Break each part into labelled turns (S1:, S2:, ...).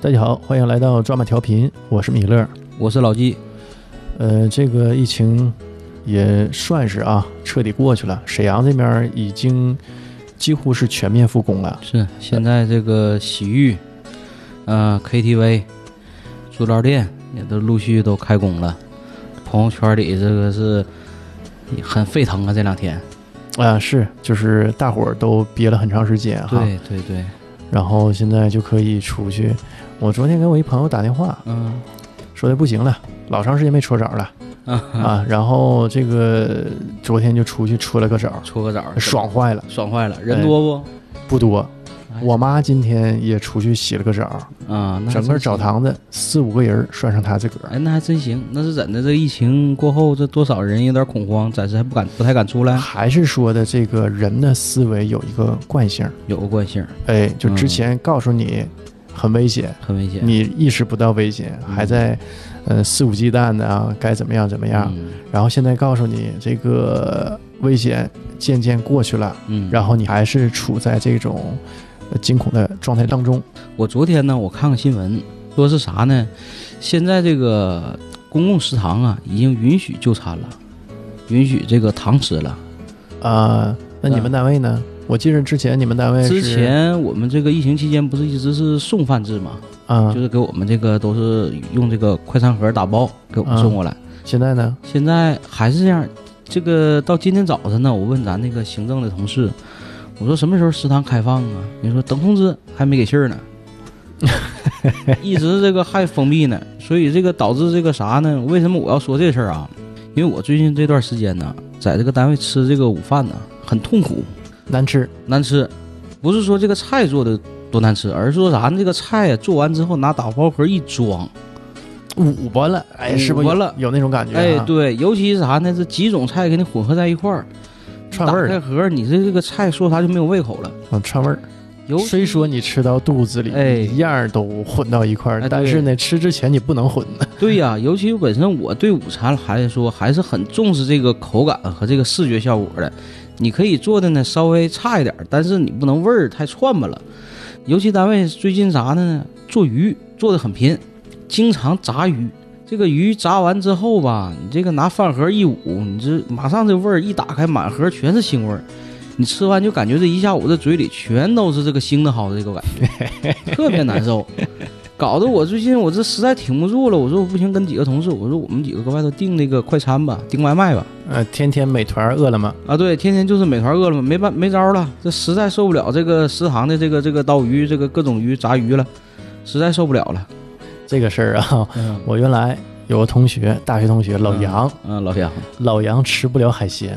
S1: 大家好，欢迎来到抓马调频，我是米勒。
S2: 我是老纪，
S1: 呃，这个疫情也算是啊彻底过去了，沈阳这边已经几乎是全面复工了。
S2: 是现在这个洗浴，呃，KTV、珠帘店也都陆续都开工了，朋友圈里这个是很沸腾啊，这两天。
S1: 啊、是，就是大伙儿都憋了很长时间哈，
S2: 对对对，
S1: 然后现在就可以出去。我昨天给我一朋友打电话，
S2: 嗯
S1: 说的不行了，老长时间没搓澡了
S2: 啊，
S1: 啊，然后这个昨天就出去搓了个澡，
S2: 搓个澡，
S1: 爽坏了，
S2: 啊爽坏了，人多
S1: 不多。
S2: 哎
S1: 我妈今天也出去洗了个澡，
S2: 不？啊，那
S1: 整个澡
S2: 堂。
S1: 堂子四五个人儿，算上她自个儿。
S2: 哎，那还真行，那是怎的？这疫情过后，这多少人有点恐慌，暂时还不敢，不太敢出来，
S1: 还是说的这个人的思维有一个惯性，
S2: 有个惯性，
S1: 哎，就
S2: 嗯
S1: 之前告诉你很危险，
S2: 很危险。
S1: 你意识不到危险，
S2: 嗯
S1: 还在呃肆无忌惮的啊，该怎么样怎么样。
S2: 嗯
S1: 然后现在告诉你这个危险渐渐过去了，
S2: 嗯，
S1: 然后你还是处在这种呃惊恐的状态当中。
S2: 我昨天呢，我看看新闻，说是啥呢？现在这个公共食堂啊，已经允许就餐了，允许这个堂食了。
S1: 啊、那你们单位呢？我记得之前你们单位哎是
S2: 嗯之前我们这个疫情期间不是一直是送饭制嘛，
S1: 啊、
S2: 就是给我们这个都是用这个快餐盒打包给我们送过来。
S1: 现在呢？
S2: 现在还是这样。这个到今天早晨呢，我问咱那个行政的同事，我说什么时候食堂开放啊？人说等通知，还没给信儿呢， 一直这个还封闭呢。所以这个导致这个啥呢？为什么我要说这事儿啊？因为我最近这段时间呢，在这个单位吃这个午饭呢，很痛苦，
S1: 难吃
S2: 难吃。不是说这个菜做的多难吃，而是说啥呢？这个菜呀、做完之后拿打包盒一装，
S1: 捂巴了，哎，是不是
S2: 捂巴
S1: 有
S2: 了
S1: 有那种感觉、啊？
S2: 哎，对，尤其是啥呢？这几种菜给你混合在一块儿，
S1: 串味儿
S2: 打
S1: 的
S2: 开盒，你这这个菜说啥就没有胃口了。
S1: 嗯，串味儿。
S2: 尤其
S1: 虽说你吃到肚子里
S2: 哎
S1: 一样都混到一块儿，
S2: 哎对
S1: 但是呢，吃之前你不能混的。
S2: 对呀、尤其本身我对午餐来说还是很重视这个口感和这个视觉效果的。你可以做的呢稍微差一点儿，但是你不能味儿太串巴了。尤其单位最近啥呢？做鱼做的很频，经常炸鱼。这个鱼炸完之后吧，你这个拿饭盒一捂，你这马上这味儿一打开，满盒全是腥味儿。你吃完就感觉这一下午这嘴里全都是这个腥的好这个感觉，特别难受。搞得我最近我这实在挺不住了，我说我不行，跟几个同事我说我们几个搁外头订那个快餐吧，订外卖吧。
S1: 呃，天天美团、饿了么，
S2: 啊，对，天天就是美团、饿了么，没办没招了，这实在受不了这个食堂的这个这个刀鱼，这个各种鱼炸鱼了，实在受不了了。
S1: 这个事儿啊，
S2: 嗯，
S1: 我原来有个同学，大学同学老杨，
S2: 嗯，老乡，
S1: 老杨吃不了海鲜，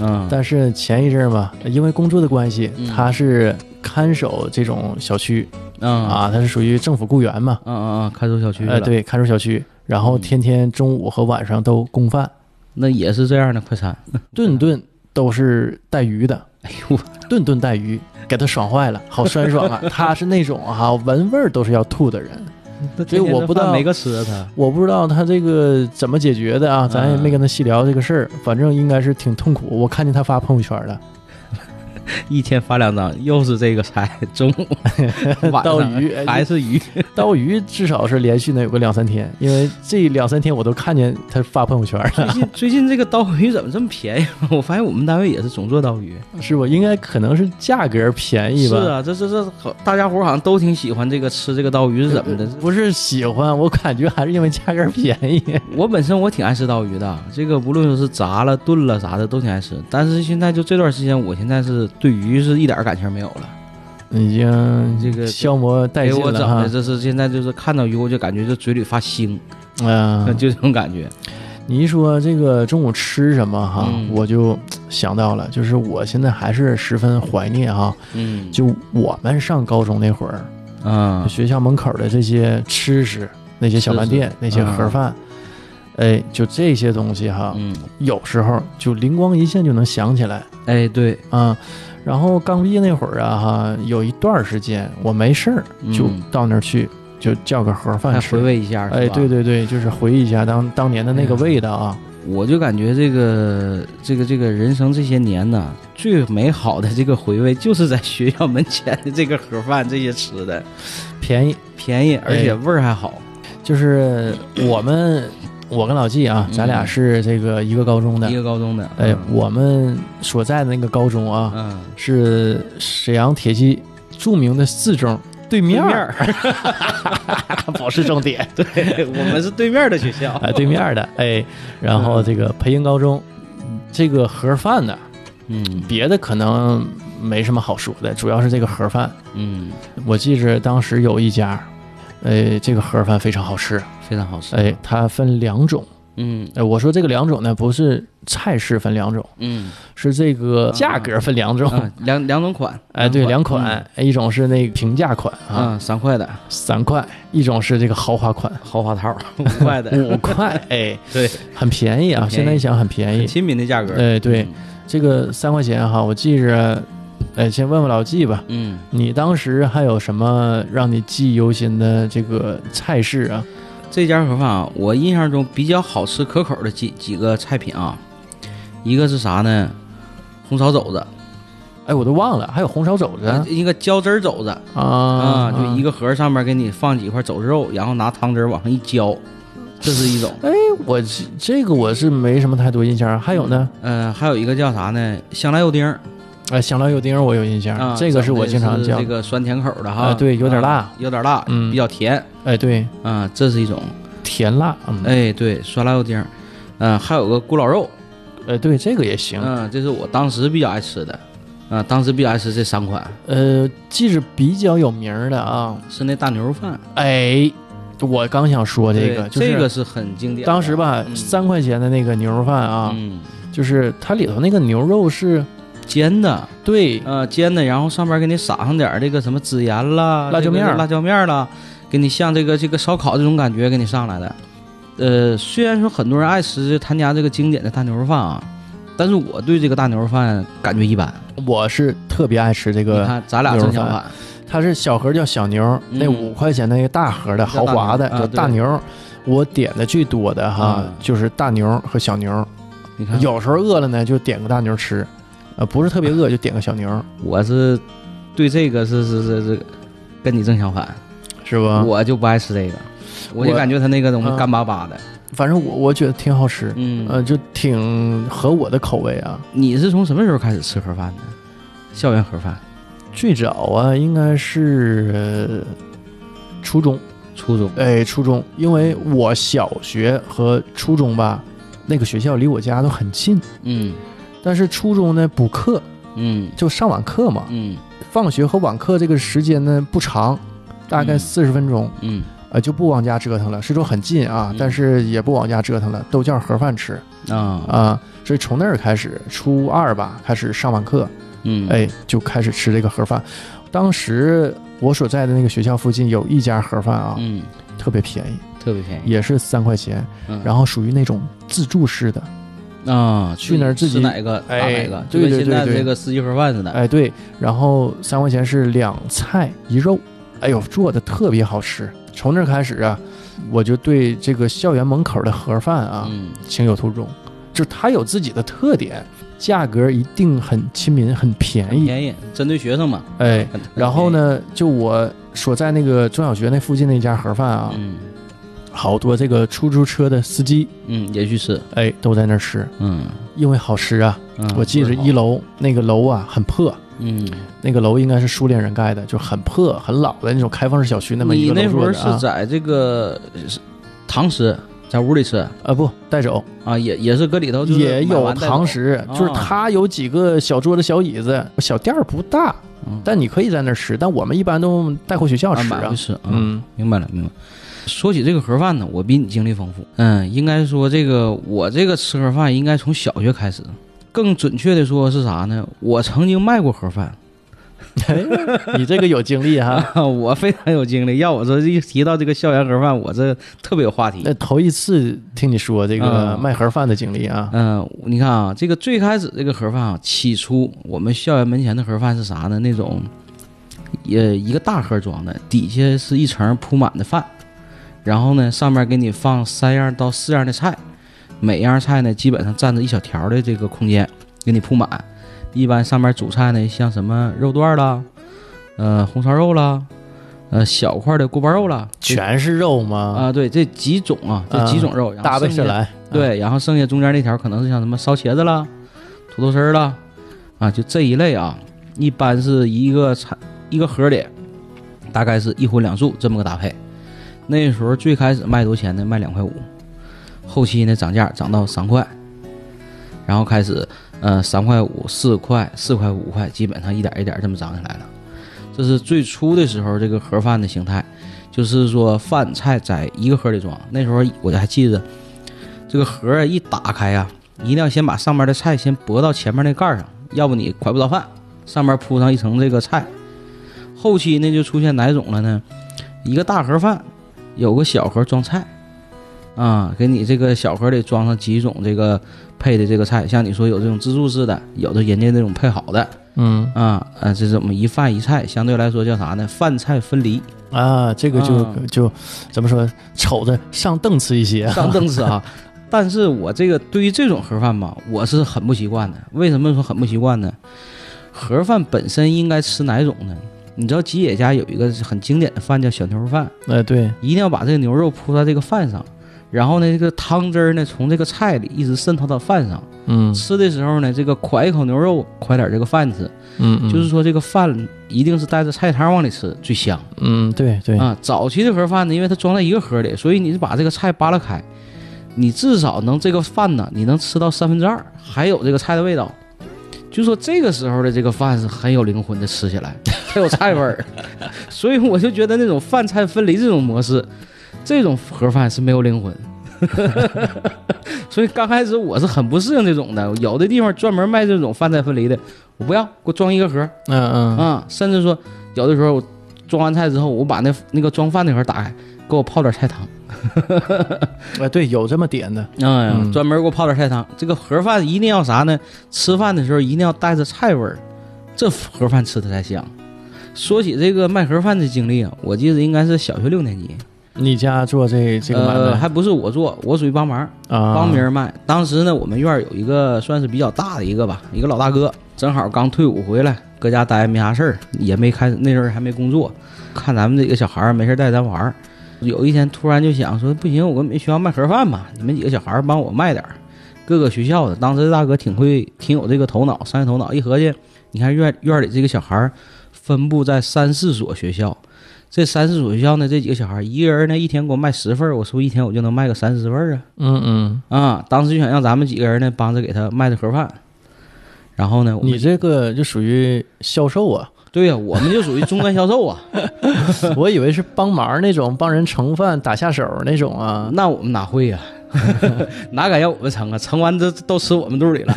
S2: 嗯，
S1: 但是前一阵儿嘛，因为工作的关系，
S2: 嗯
S1: 他是看守这种小区、
S2: 嗯
S1: 啊，他是属于政府雇员嘛，
S2: 嗯嗯嗯，开出小区去了、
S1: 呃，，对，看守小区，然后
S2: 嗯
S1: 天天中午和晚上都供饭，
S2: 那也是这样的快餐。
S1: 顿顿都是带鱼的。
S2: 哎呦，
S1: 顿顿带鱼，给他爽坏了，好酸爽 啊！他是那种哈、闻味儿都是要吐的人，
S2: 这
S1: 所以我不知道
S2: 没个吃啊他。
S1: 我不知道他这个怎么解决的啊，咱也
S2: 嗯
S1: 没跟他细聊这个事儿，反正应该是挺痛苦。我看见他发朋友圈 了，
S2: 一天发两张，又是这个菜，中 午、晚
S1: 刀
S2: 上
S1: 鱼，哎
S2: 还是鱼。
S1: 刀鱼至少是连续能有个两三天，因为这两三天我都看见他发朋友圈 了，
S2: 最 近最近这个刀鱼怎么这么便宜？ 我发现我们单位也是总做刀鱼。
S1: 是不？应该可能是价格便宜
S2: 是
S1: 吧？
S2: 啊，这这这好，大家伙儿好像都挺喜欢这个吃这个刀鱼是怎么的？
S1: 不是喜欢，我感觉还是因为价格便宜。
S2: 我本身我挺爱吃刀鱼的，这个无论说是炸了、炖了啥的都挺爱吃。但是现在就这段时间，我现在是对鱼是一点儿感情没有了。
S1: 已经
S2: 这个
S1: 消磨殆
S2: 给
S1: 尽
S2: 我整
S1: 了哈
S2: 的，这是现在就是看到鱼我就感觉就嘴里发腥，
S1: 嗯，
S2: 就这种感觉。
S1: 你一说这个中午吃什么哈，
S2: 嗯
S1: 我就想到了，就是我现在还是十分怀念哈，
S2: 嗯，
S1: 就我们上高中那会儿，
S2: 啊，
S1: 学校门口的这些吃食，那些小饭店，那些盒饭，哎，就这些东西哈，
S2: 啊嗯，
S1: 有时候就灵光一现就能想起来
S2: 哎，对，
S1: 啊。然后刚毕业那会儿啊哈，有一段时间我没事儿
S2: 嗯
S1: 就到那儿去，就叫个盒
S2: 再
S1: 饭吃哎
S2: 回。味一下，是吧
S1: 哎，对，对对，就是回忆一下当当年的那个
S2: 哎呀
S1: 味道啊。
S2: 我就感觉这个这个这个人生这些年呐，最美好的这个回味就是在学校门前的这个盒饭这些吃的，
S1: 便宜。
S2: 便
S1: 哎
S2: 宜而且味儿还好。
S1: 就是我们，我跟老纪啊，咱俩是这个一个高中的
S2: 嗯一。个高中的，
S1: 哎，
S2: 嗯
S1: 我们所在的那个高中啊，
S2: 嗯，
S1: 是沈阳铁西著名的四中对面
S2: 对面
S1: 儿，
S2: 儿，
S1: 不是重点，
S2: 对我们是对面的学校
S1: 哎，对面儿的，哎，然后这个培英高中，这个盒饭呢，
S2: 嗯
S1: 别的可能没什么好说的，主要是这个盒饭。
S2: 嗯，
S1: 我记着当时有一家，呃，这个盒饭非常好吃，
S2: 非常好吃。
S1: 哎，它分两种。
S2: 嗯
S1: 哎，我说这个两种呢，不是菜式分两种，
S2: 嗯，
S1: 是这个价格分两种。
S2: 啊两两种款，
S1: 哎，对，两款，一种是那个平价款
S2: 嗯
S1: 啊，
S2: 啊，三块的
S1: 三块；一种是这个豪华款，
S2: 豪华套， 五块 的，
S1: 五 块。哎，
S2: 对，
S1: 很便宜啊！
S2: 很便宜
S1: 现在一想很便
S2: 很嗯
S1: 宜。
S2: 亲民的价格。
S1: 哎，对，这个三块钱哈，我记着。哎，先问问老纪吧，
S2: 嗯，
S1: 你当时还有什么让你记忆犹新的这个菜式啊？
S2: 嗯，这家盒饭啊，我印象中比较好吃可口的几几个菜品啊，一个是啥呢？红烧肘子，
S1: 哎，我都忘了，还有红烧肘子
S2: 一个浇汁儿肘子
S1: 啊
S2: 哎啊，就一
S1: 个。
S2: 个盒儿上面给你放几块肘子肉，然后拿汤汁儿往上一浇，这是一种。
S1: 哎我这这个我是没什么太多印象，还有呢，
S2: 嗯，还有一个叫啥呢？香辣肉丁儿
S1: 哎，香辣肉丁我有印象，，
S2: 啊
S1: 这个是我经常
S2: 叫
S1: 叫
S2: 这。个酸甜口的哈，
S1: 啊对有点辣
S2: 啊有点辣，
S1: 嗯
S2: 比较甜
S1: 哎，对，
S2: 啊，这是一种。
S1: 甜辣，嗯，
S2: 哎，对，酸辣肉丁儿，嗯，还有个咕老肉，
S1: 哎，对，这个也行。
S2: 嗯，这是我当时比较爱吃的，啊，当时比较爱吃这三款，
S1: 呃，记着比较有名儿的啊，
S2: 是那大牛肉饭。
S1: 哎，我刚想说这
S2: 对
S1: 个，就
S2: 这个
S1: 是
S2: 是很经典的。
S1: 当时吧，
S2: 嗯
S1: 三块钱的那个牛肉饭啊，
S2: 嗯，
S1: 就是它里头那个牛肉是
S2: 煎的，
S1: 对，
S2: 呃，煎的，然后上边给你撒上点儿这个什么孜然啦、
S1: 辣椒面儿
S2: 这个辣椒面儿啦，给你像这个这个烧烤这种感觉给你上来的。呃，虽然说很多人爱吃这他家这个经典的大牛肉饭啊，但是我对这个大牛肉饭感觉一般。
S1: 我是特别爱吃这
S2: 嗯你
S1: 个
S2: 看，咱俩正相反，
S1: 它是小盒叫小牛儿，
S2: 嗯
S1: 那五块钱那个大盒的
S2: 叫
S1: 豪
S2: 大
S1: 华的
S2: 牛啊
S1: 叫大
S2: 对
S1: 牛儿。我点的最多的哈
S2: 嗯，
S1: 就是大牛儿和小牛儿。
S2: 你看
S1: 有时候饿了呢，就点个大牛儿吃，呃，不是特别饿就点个小牛儿，
S2: 我是对这个是是是是跟你正相反，
S1: 是吧？
S2: 我就不爱吃这个，我就
S1: 啊我
S2: 感觉它那个东西
S1: 啊
S2: 干巴巴的。
S1: 反正我我觉得挺好吃，
S2: 嗯，
S1: 呃，就挺合我的口味啊。
S2: 你是从什么时候开始吃盒饭的？校园盒饭，
S1: 最早啊，应该是呃初中，
S2: 初中。
S1: 哎，初中，因为我小学和初中吧，那个学校离我家都很近，
S2: 嗯
S1: 但是初中呢补课
S2: 嗯
S1: 就上晚课嘛，
S2: 嗯
S1: 放学和晚课这个时间呢不长，大概
S2: 嗯
S1: 四十分钟，
S2: 嗯
S1: 呃，就不往家折腾了。虽说很近啊
S2: 嗯，
S1: 但是也不往家折腾了，都叫盒饭吃
S2: 啊
S1: 啊。所以从那儿开始，初二吧开始上晚课，
S2: 嗯
S1: 哎，就开始吃这个盒饭。当时我所在的那个学校附近有一家盒饭啊，
S2: 嗯，
S1: 特别便宜，
S2: 特别便宜。
S1: 也是三块钱，
S2: 嗯
S1: 然后属于那种自助式的。
S2: 啊，
S1: 去那儿自己
S2: 吃哪个打
S1: 哎
S2: 哪个，就
S1: 对
S2: 跟
S1: 对
S2: 现在
S1: 对
S2: 的
S1: 对
S2: 这个四季盒饭似的。
S1: 哎，对，然后三块钱是两菜一肉，哎呦，做的特别好吃。从那儿开始啊，我就对这个校园门口的盒饭啊
S2: 嗯
S1: 情有独钟，就是它有自己的特点，价格一定很亲民，很便宜。
S2: 便宜，针对学生嘛。
S1: 哎，
S2: 很很
S1: 然后
S2: 便宜？
S1: 呢，就我所在那个中小学那附近那家盒饭啊，
S2: 嗯
S1: 好多这个出租车的司机
S2: 嗯，也去吃。
S1: 哎都在那儿吃，
S2: 嗯，
S1: 因为好吃啊。
S2: 嗯
S1: 我记着一，楼那个楼啊很破，
S2: 嗯，
S1: 那个楼应该是苏联人盖的，就很破、很老的那种开放式小区那么一
S2: 你
S1: 个
S2: 那
S1: 楼
S2: 会
S1: 座
S2: 儿
S1: 的
S2: 是
S1: 啊。
S2: 在这个是堂食，在屋里吃
S1: 啊不，带走
S2: 啊，也也是搁里头就是
S1: 也
S2: 买
S1: 有
S2: 完带走
S1: 堂，食，
S2: 哦
S1: 就是它有几个小桌子、小椅子，小店儿不大，
S2: 嗯
S1: 但你可以在那儿吃。但我们一般都带回学校
S2: 啊
S1: 吃
S2: 买
S1: 啊
S2: 回。吃啊。
S1: 嗯，
S2: 明白了，明白了。说起这个盒饭呢，我比你经历丰富。嗯，应该说这个我这个吃盒饭应该从小学开始，更准确的说是啥呢？我曾经卖过盒饭， 哎
S1: 你这个有经历啊哈。
S2: 我非常有经历。要我说一提到这个校园盒饭，我这特别有话题。
S1: 那头一次听你说这个
S2: 嗯
S1: 卖盒饭的经历啊，
S2: 嗯，你看啊，这个最开始这个盒饭啊，起初我们校园门前的盒饭是啥呢？那种，呃，一个大盒装的，底下是一层铺满的饭，然后呢，上面给你放三样到四样的菜，每样菜呢基本上占着一小条的这个空间给你铺满。一般上面主菜呢，像什么肉段啦，呃，红烧肉啦，呃，小块的锅包肉啦，这
S1: 全是肉吗？
S2: 啊，对，这几种啊，这几种肉，然后
S1: 搭配
S2: 剩下
S1: 着来，
S2: 对，然后剩下中间那条可能是像什么烧茄子啦、土豆丝儿啦，啊，就这一类啊，一般是一个餐一个盒里，大概是一荤两素这么个搭配。那时候最开始卖多少钱呢？卖两块五，后期呢涨价涨到三块，然后开始呃三块五、四块、四块五块，基本上一点一点这么涨起来了。这是最初的时候这个盒饭的形态，就是说饭菜在一个盒里装。那时候我还记得这个盒儿啊一打开呀、一定要先把上面的菜先拨到前面那盖儿上，要不你蒯不着饭。上面铺上一层这个菜，后期呢就出现哪种了呢？一个大盒饭，有个小盒装菜，啊，给你这个小盒里装上几种这个配的这个菜，像你说有这种自助式的，有的人家那种配好的，
S1: 嗯
S2: 啊啊，这怎么一饭一菜，相对来说叫啥呢？饭菜分离。
S1: 啊，这个就
S2: 啊
S1: 就怎么说，瞅着上档次一些，
S2: 上凳子啊。但是我这个对于这种盒饭吧，我是很不习惯的。为什么说很不习惯呢？盒饭本身应该吃哪种呢？你知道吉野家有一个很经典的饭叫小牛肉饭，
S1: 哎，对，
S2: 一定要把这个牛肉铺在这个饭上，然后呢，这个汤汁儿呢从这个菜里一直渗透到饭上。
S1: 嗯
S2: 吃的时候呢，这个㧟一口牛肉，㧟点这个饭吃，
S1: 嗯，嗯
S2: 就是说这个饭一定是带着菜汤往里吃最香。
S1: 嗯，对对，
S2: 啊，早期的盒饭呢，因为它装在一个盒里，所以你是把这个菜扒拉开，你至少能这个饭呢，你能吃到三分之二，还有这个菜的味道。就说这个时候的这个饭是很有灵魂的，吃起来它有菜味儿，所以我就觉得那种饭菜分离这种模式，这种盒饭是没有灵魂。所以刚开始我是很不适应这种的，有的地方专门卖这种饭菜分离的，我不要，给我装一个盒，
S1: 嗯嗯
S2: 啊，甚至说有的时候我装完菜之后，我把那那个装饭那盒打开，给我泡点菜汤，
S1: 哎，对，有这么点的，
S2: 嗯
S1: 嗯
S2: 专门给我泡点菜汤。这个盒饭一定要啥呢？吃饭的时候一定要带着菜味儿，这盒饭吃的才香。说起这个卖盒饭的经历啊，我记得应该是小学六年级，
S1: 你家做这这个
S2: 呃，
S1: 买卖
S2: 还不是我做，我属于帮忙，
S1: 啊，
S2: 呃帮别人卖。当时呢，我们院儿有一个算是比较大的一个吧，一个老大哥，正好刚退伍回来，搁家待着没啥事儿，也没开那阵儿还没工作，看咱们这个小孩儿没事儿带咱玩儿。有一天突然就想说，不行，我们学校卖盒饭吧，你们几个小孩儿帮我卖点儿，各个学校的。当时大哥挺会，挺有这个头脑，商业头脑。一合计，你看院院里这个小孩儿分布在三四所学校。这三四所学校呢，这几个小孩儿，一个人呢一天给我卖十份儿，我是不是一天我就能卖个三十份儿啊？
S1: 嗯嗯，
S2: 啊，当时就想让咱们几个人呢帮着给他卖这盒饭，然后呢，我
S1: 你
S2: 们
S1: 这个就属于销售 啊，
S2: 对呀、我们就属于终端销 售啊，
S1: 我以为是帮忙那种帮人盛饭打下手那种啊，
S2: 那我们哪会呀、 哪敢要我们盛啊？盛完这都吃我们肚里了，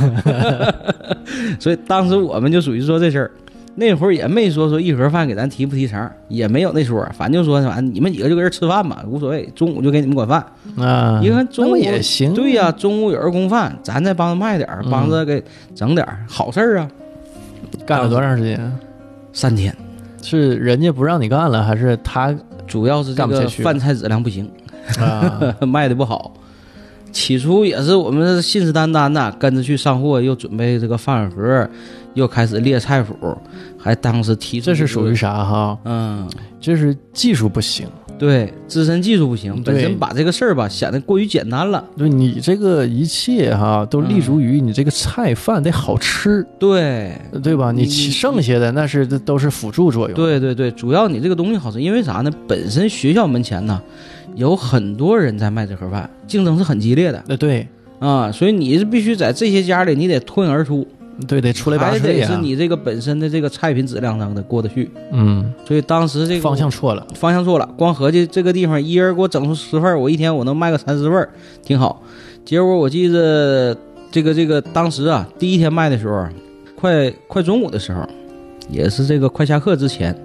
S2: 所以当时我们就属于做这事儿。那会儿也没说说一盒饭给咱提不提成，也没有那说，反正就说反正你们几个就搁这吃饭吧，无所谓，中午就给你们管饭。
S1: 啊，
S2: 因为
S1: 那
S2: 中午
S1: 么也行，
S2: 对呀、中午有人供饭，咱再帮着卖点儿，
S1: 嗯
S2: 帮着给整点儿好事儿啊。
S1: 干了多长时间？啊
S2: 三天。
S1: 是人家不让你干了，还是他
S2: 主要是这
S1: 干不下
S2: 个
S1: 去了
S2: 饭菜质量不行，
S1: 啊？
S2: 卖的不好。起初也是我们信誓旦旦的跟着去上货，又准备这个饭盒，又开始列菜谱，还当时提出
S1: 这是属于啥哈？
S2: 嗯，
S1: 这是技术不行，
S2: 对，自身技术不行，
S1: 对
S2: 本身把这个事儿吧显得过于简单了。
S1: 就你这个一切哈，都立足于你这个菜饭得好吃，
S2: 对，
S1: 对吧？
S2: 你
S1: 你其剩下的那是这都是辅助作用。
S2: 嗯对对对，主要你这个东西好吃，因为啥呢？本身学校门前呢有很多人在卖这盒饭，竞争是很激烈的
S1: 呃，对
S2: 啊，所以你是必须在这些家里你得脱颖而出。
S1: 对，得出类拔
S2: 还
S1: 萃
S2: 得是
S1: 呀。
S2: 你这个本身的这个菜品质量上得过得去。
S1: 嗯，
S2: 所以当时这个
S1: 方向错了。
S2: 方向错了，光合计这个地方一人给我整出十份儿，我一天我能卖个三十份儿，挺好。结果我记得这个这个当时啊，第一天卖的时候，快快中午的时候，也是这个快下课之前，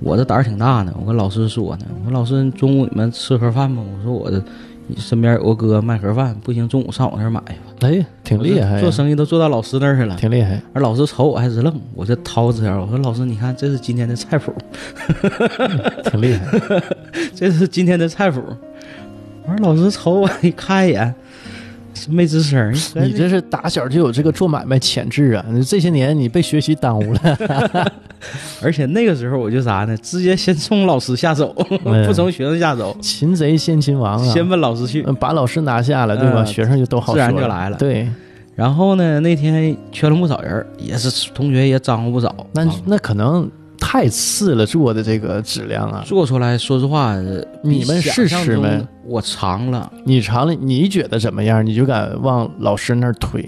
S2: 我这胆儿挺大呢，我跟老师说呢，我说老师中午你们吃盒饭吗？我说我这身边有个哥卖盒饭，不行中午上我那儿买去吧。
S1: 哎，挺厉害呀，
S2: 做生意都做到老师那儿去了。
S1: 挺厉害。
S2: 而老师瞅我还直愣，我就掏这条，我说老师，你看这是今天的菜谱，
S1: 挺厉 害，
S2: 这是今天的菜谱。我说老师瞅我一看一眼，没吱声儿。
S1: 你这是打小就有这个做买卖潜质啊！你这些年你被学习耽误了，
S2: 而且那个时候我就啥呢？直接先冲老师下手，
S1: 嗯
S2: 不从学生下手，
S1: 擒贼先擒王啊！
S2: 先奔老师去。
S1: 嗯把老师拿下了，对吧？
S2: 嗯
S1: 学生就都好
S2: 自然
S1: 说
S2: 就来了
S1: 对，
S2: 然后呢，那天圈了不少人儿，也是同学也张罗不少。
S1: 那
S2: 啊
S1: 那可能太次了，做的这个质量啊！
S2: 做出来说实话，呃
S1: 你们试
S2: 比想象
S1: 吃
S2: 中
S1: 没
S2: 的？我尝了，
S1: 你尝了，你觉得怎么样？你就敢往老师那儿推？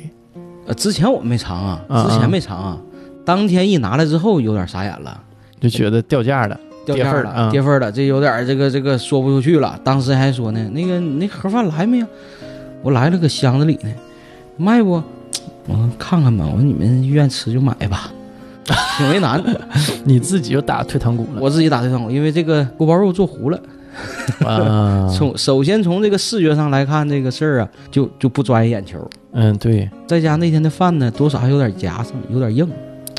S2: 呃，之前我没尝啊，
S1: 啊啊
S2: 之前没尝啊。当天一拿来之后，有点傻眼了，
S1: 就觉得掉价了，
S2: 掉价
S1: 跌份儿啊了
S2: 了，跌份儿了，这有点儿这个这个说不出去了。当时还说呢，那个你那盒饭来没有？我来了，搁箱子里呢，卖不？我说看看吧，我说你们愿吃就买吧，挺为难，
S1: 你自己就打退堂鼓了。
S2: 我自己打退堂鼓，因为这个锅包肉做糊了。
S1: 啊，
S2: 从首先从这个视觉上来看，这个事儿啊，就就不抓人眼球。
S1: 嗯，对，
S2: 再加那天的饭呢，多少还有点夹生，有点硬，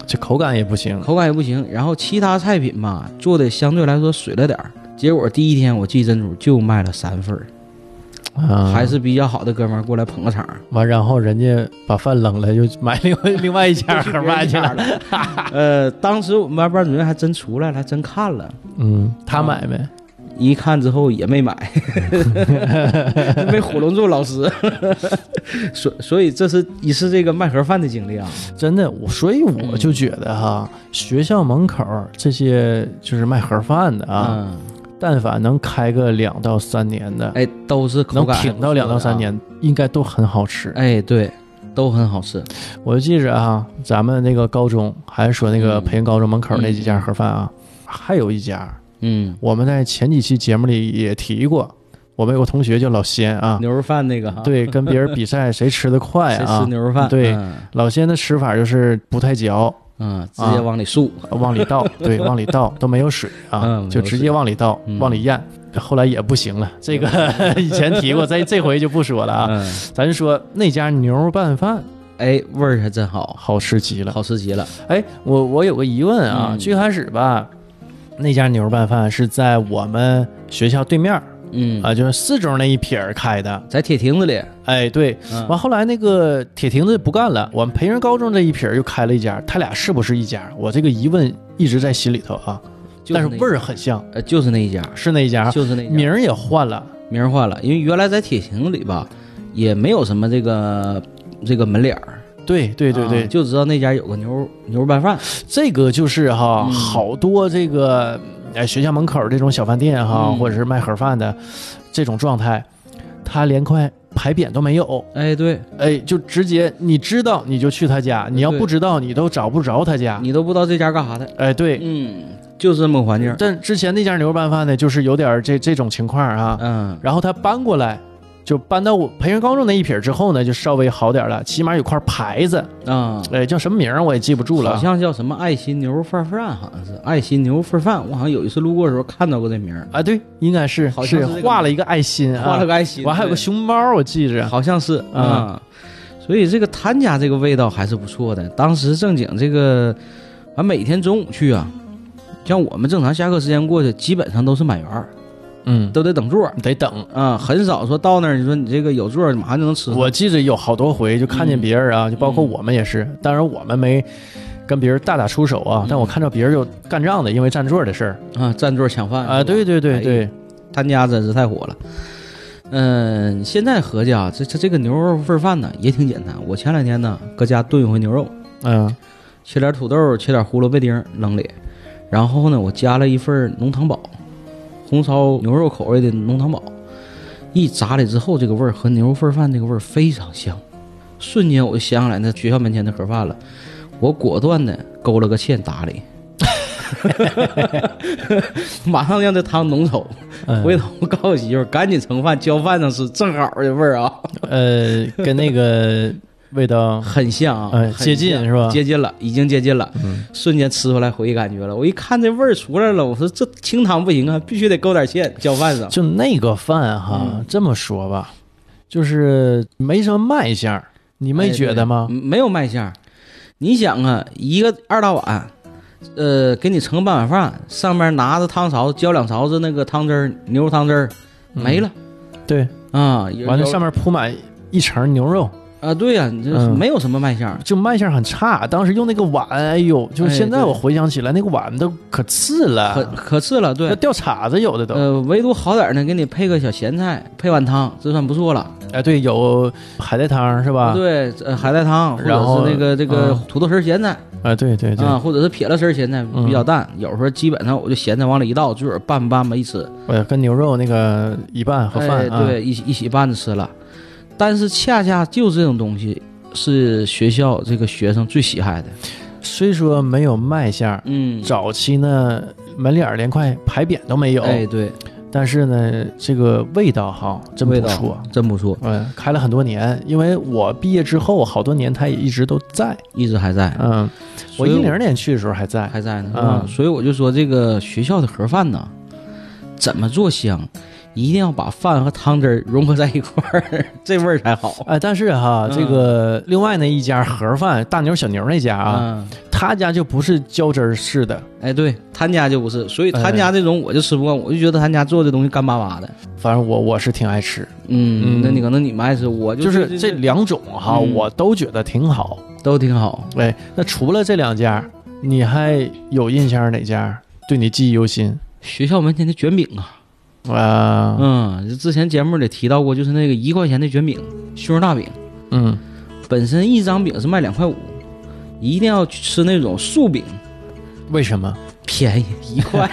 S1: 这口感也不行。
S2: 口感也不行。然后其他菜品吧，做的相对来说水了点儿。结果第一天我记珍珠就卖了三份儿，
S1: 啊，
S2: 还是比较好的哥们儿过来捧个场儿，
S1: 完，然后人家把饭扔了，又买另外另外一家
S2: 就去别人
S1: 卖去
S2: 家
S1: 了。
S2: 了。 呃，当时我们班班主任还真出来了，还真看了。
S1: 嗯，他买没？
S2: 啊一看之后也 没买，没唬弄住老师， 所所以这是一次这个卖盒饭的经历啊。
S1: 真的，我所以我就觉得哈，
S2: 嗯
S1: 学校门口这些就是卖盒饭的啊，
S2: 嗯，
S1: 但凡能开个两到三年的，
S2: 哎，都是口
S1: 能
S2: 感啊
S1: 挺到两到三
S2: 不
S1: 年，应该都很好吃
S2: 错。的啊，哎，对，都很好吃。
S1: 我就记着啊，咱们那个高中，还是说那个
S2: 嗯
S1: 培训高中门口那几家盒饭啊，还有一家，
S2: 嗯，
S1: 我们在前几期节目里也提过，我们有个同学叫老仙啊，
S2: 牛肉饭那个哈，，
S1: 对，跟别人比赛谁吃的快
S2: 谁吃
S1: 啊。
S2: 牛肉饭？
S1: 对啊
S2: 嗯
S1: 老仙的吃法就是不太嚼，
S2: 嗯，直接往里竖。
S1: 往里 倒，对，往里倒都没有水啊，
S2: 嗯
S1: 就直接往里倒，
S2: 嗯
S1: 往里咽。后来也不行了，这个 以前提过，这这回就不说了啊。
S2: 嗯，
S1: 咱就说那家牛肉拌饭
S2: 哎，味儿还真好，
S1: 好吃极了。
S2: 好吃极了。
S1: 哎，我我有个疑问啊，
S2: 嗯
S1: 最开始吧，那家牛肉拌饭是在我们学校对面儿
S2: 嗯，
S1: 啊，就是四中那一撇儿开的。
S2: 在铁亭子里，
S1: 哎，对，
S2: 嗯
S1: 完后来那个铁亭子不干了，我们培仁高中这一撇儿又开了一家，他俩是不是一家？我这个疑问一直在心里头啊，
S2: 就
S1: 但是
S2: 那
S1: 味儿很像，
S2: 呃就是那一家，
S1: 是那一家，
S2: 就是那一家
S1: 名儿也换了。
S2: 名儿换了，因为原来在铁亭子里吧，也没有什么这个这个门脸儿。
S1: 对对对对，
S2: 啊就知道那家有个牛肉牛肉拌饭。
S1: 这个就是哈，
S2: 嗯
S1: 好多这个哎学校门口这种小饭店哈，
S2: 嗯
S1: 或者是卖盒饭的这种状态，他连块牌匾都没有，
S2: 哎，对
S1: 哎，就直接你知道你就去他家，你要
S2: 对
S1: 不知道你都找不着他家，
S2: 你都不知道这家干啥的。
S1: 哎啊对。
S2: 嗯，就是这么个环境。
S1: 但之前那家牛肉拌饭呢，就是有点这这种情况啊，
S2: 嗯，
S1: 然后他搬过来。就搬到我培训高中那一撇之后呢，就稍微好点了，起码有块牌子，
S2: 啊，
S1: 哎，叫什么名儿我也记不住了啊
S2: 好。像叫什么爱心牛肉饭饭，好像是爱心牛肉饭饭。我好像有一次路过的时候看到过这名儿，
S1: 啊，对，应该是
S2: 好像是这个
S1: 画了一个爱心啊，
S2: 画了个爱心，
S1: 我还有个
S2: 对
S1: 熊猫，我记着。
S2: 好像是啊、所以这个谭家这个味道还是不错的。当时正经这个，俺每天中午去啊，像我们正常下课时间过去，基本上都是满员儿，
S1: 嗯，
S2: 都得等座儿
S1: 得等。
S2: 啊、很少说到那儿你说你这个有座儿马上就能吃上。
S1: 我记着有好多回就看见别人啊，就包括我们也是。当然我们没跟别人大打出手啊，
S2: 嗯
S1: 但我看到别人有干仗的，因为占座的事儿
S2: 啊，占座抢饭
S1: 啊。
S2: 是吧
S1: 对对对
S2: 哎
S1: 对，
S2: 他家真是太火了。嗯，现在合计啊，这这这个牛肉份儿饭呢也挺简单。我前两天呢搁家炖一回牛肉，
S1: 嗯
S2: 切点土豆，切点胡萝卜丁儿扔里，然后呢我加了一份儿浓汤宝，红烧牛肉口味的浓汤宝，一炸里之后，这个味儿和牛肉份儿饭这个味儿非常像，瞬间我就想起来那学校门前的盒饭了，我果断的勾了个芡打里。 马上让这汤浓稠，回
S1: 嗯，
S2: 头我告诉我媳妇儿，赶紧盛饭，浇饭上吃，正好这味儿啊，
S1: 呃，跟那个味道
S2: 很像啊，
S1: 呃
S2: 很像
S1: 接近是吧嗯
S2: 接近了，已经接近了，瞬间吃出来回忆感觉了。我一看这味儿出来了，我说这清汤不行啊，必须得勾点芡浇饭上。
S1: 就那个饭哈，这么说吧，就是没什么卖相，你没
S2: 哎
S1: 觉得吗？
S2: 对没有卖相，你想啊，一个二大碗。呃，给你盛半碗饭，上面拿着汤勺浇两勺子那个汤汁儿，牛肉汤汁儿，没了、
S1: 对，
S2: 啊！
S1: 嗯
S2: 有
S1: 完了
S2: 有
S1: 上面铺满一成牛肉，
S2: 啊，对呀、你这
S1: 嗯
S2: 没有什么卖相儿。
S1: 就卖相很差。当时用那个碗，哎呦，就是
S2: 哎
S1: 现在
S2: 对
S1: 我回想起来，那个碗都可次
S2: 可
S1: 了，
S2: 可次了，
S1: 要
S2: 对，
S1: 掉叉子有的都。
S2: 呃，唯独好点儿呢，给你配个小咸菜，配碗汤，这算不错了。
S1: 哎，对，有海带汤是吧？，
S2: 对，呃海带汤，或者
S1: 啊然后
S2: 是那个这个
S1: 嗯
S2: 土豆丝儿咸菜
S1: 哎，对对对，
S2: 啊，或者是撇了丝儿咸菜
S1: 嗯
S2: 比较淡。有时候基本上我就咸菜往里一倒，自个儿拌拌吧一吃，
S1: 呃，跟牛肉那个一拌和饭
S2: 哎，
S1: 啊，
S2: 对，一起一起拌着吃了。但是恰恰就这种东西是学校这个学生最喜爱的。
S1: 虽说没有卖相，
S2: 嗯，
S1: 早期呢门脸儿连块牌匾都没有，
S2: 哎，对，
S1: 但是呢这个味道哈真不
S2: 味道
S1: 错。
S2: 真不错，
S1: 嗯，开了很多年，因为我毕业之后好多年，它也一直都在。
S2: 一直还在。
S1: 嗯，我
S2: 所以
S1: 一零年去的时候还在。
S2: 还在呢，
S1: 嗯
S2: 是吧所以我就说这个学校的盒饭呢，怎么做香，一定要把饭和汤汁儿融合在一块儿， 这味儿才好
S1: 哎，但是哈，
S2: 嗯
S1: 这个另外那一家盒饭大牛小牛那家啊，
S2: 啊。
S1: 他家就不是浇汁儿式的，
S2: 哎，对，他家就不是，所以他家这种我就吃不惯，我就觉得他家做的东西干巴巴的。
S1: 反正我我是挺爱吃，嗯
S2: 嗯，那你可能你们爱吃，我
S1: 就
S2: 就是
S1: 是这两种哈，
S2: 嗯
S1: 我都觉得挺好。
S2: 都挺好。
S1: 哎，那除了这两家，你还有印象哪家对你记忆犹新？
S2: 学校门前的卷饼啊，
S1: 啊、
S2: 嗯，之前节目里提到过，就是那个一块钱的卷饼，熏肉大饼，
S1: 嗯，
S2: 本身一张饼是卖两块五，一定要去吃那种素饼，
S1: 为什么？
S2: 便宜一块，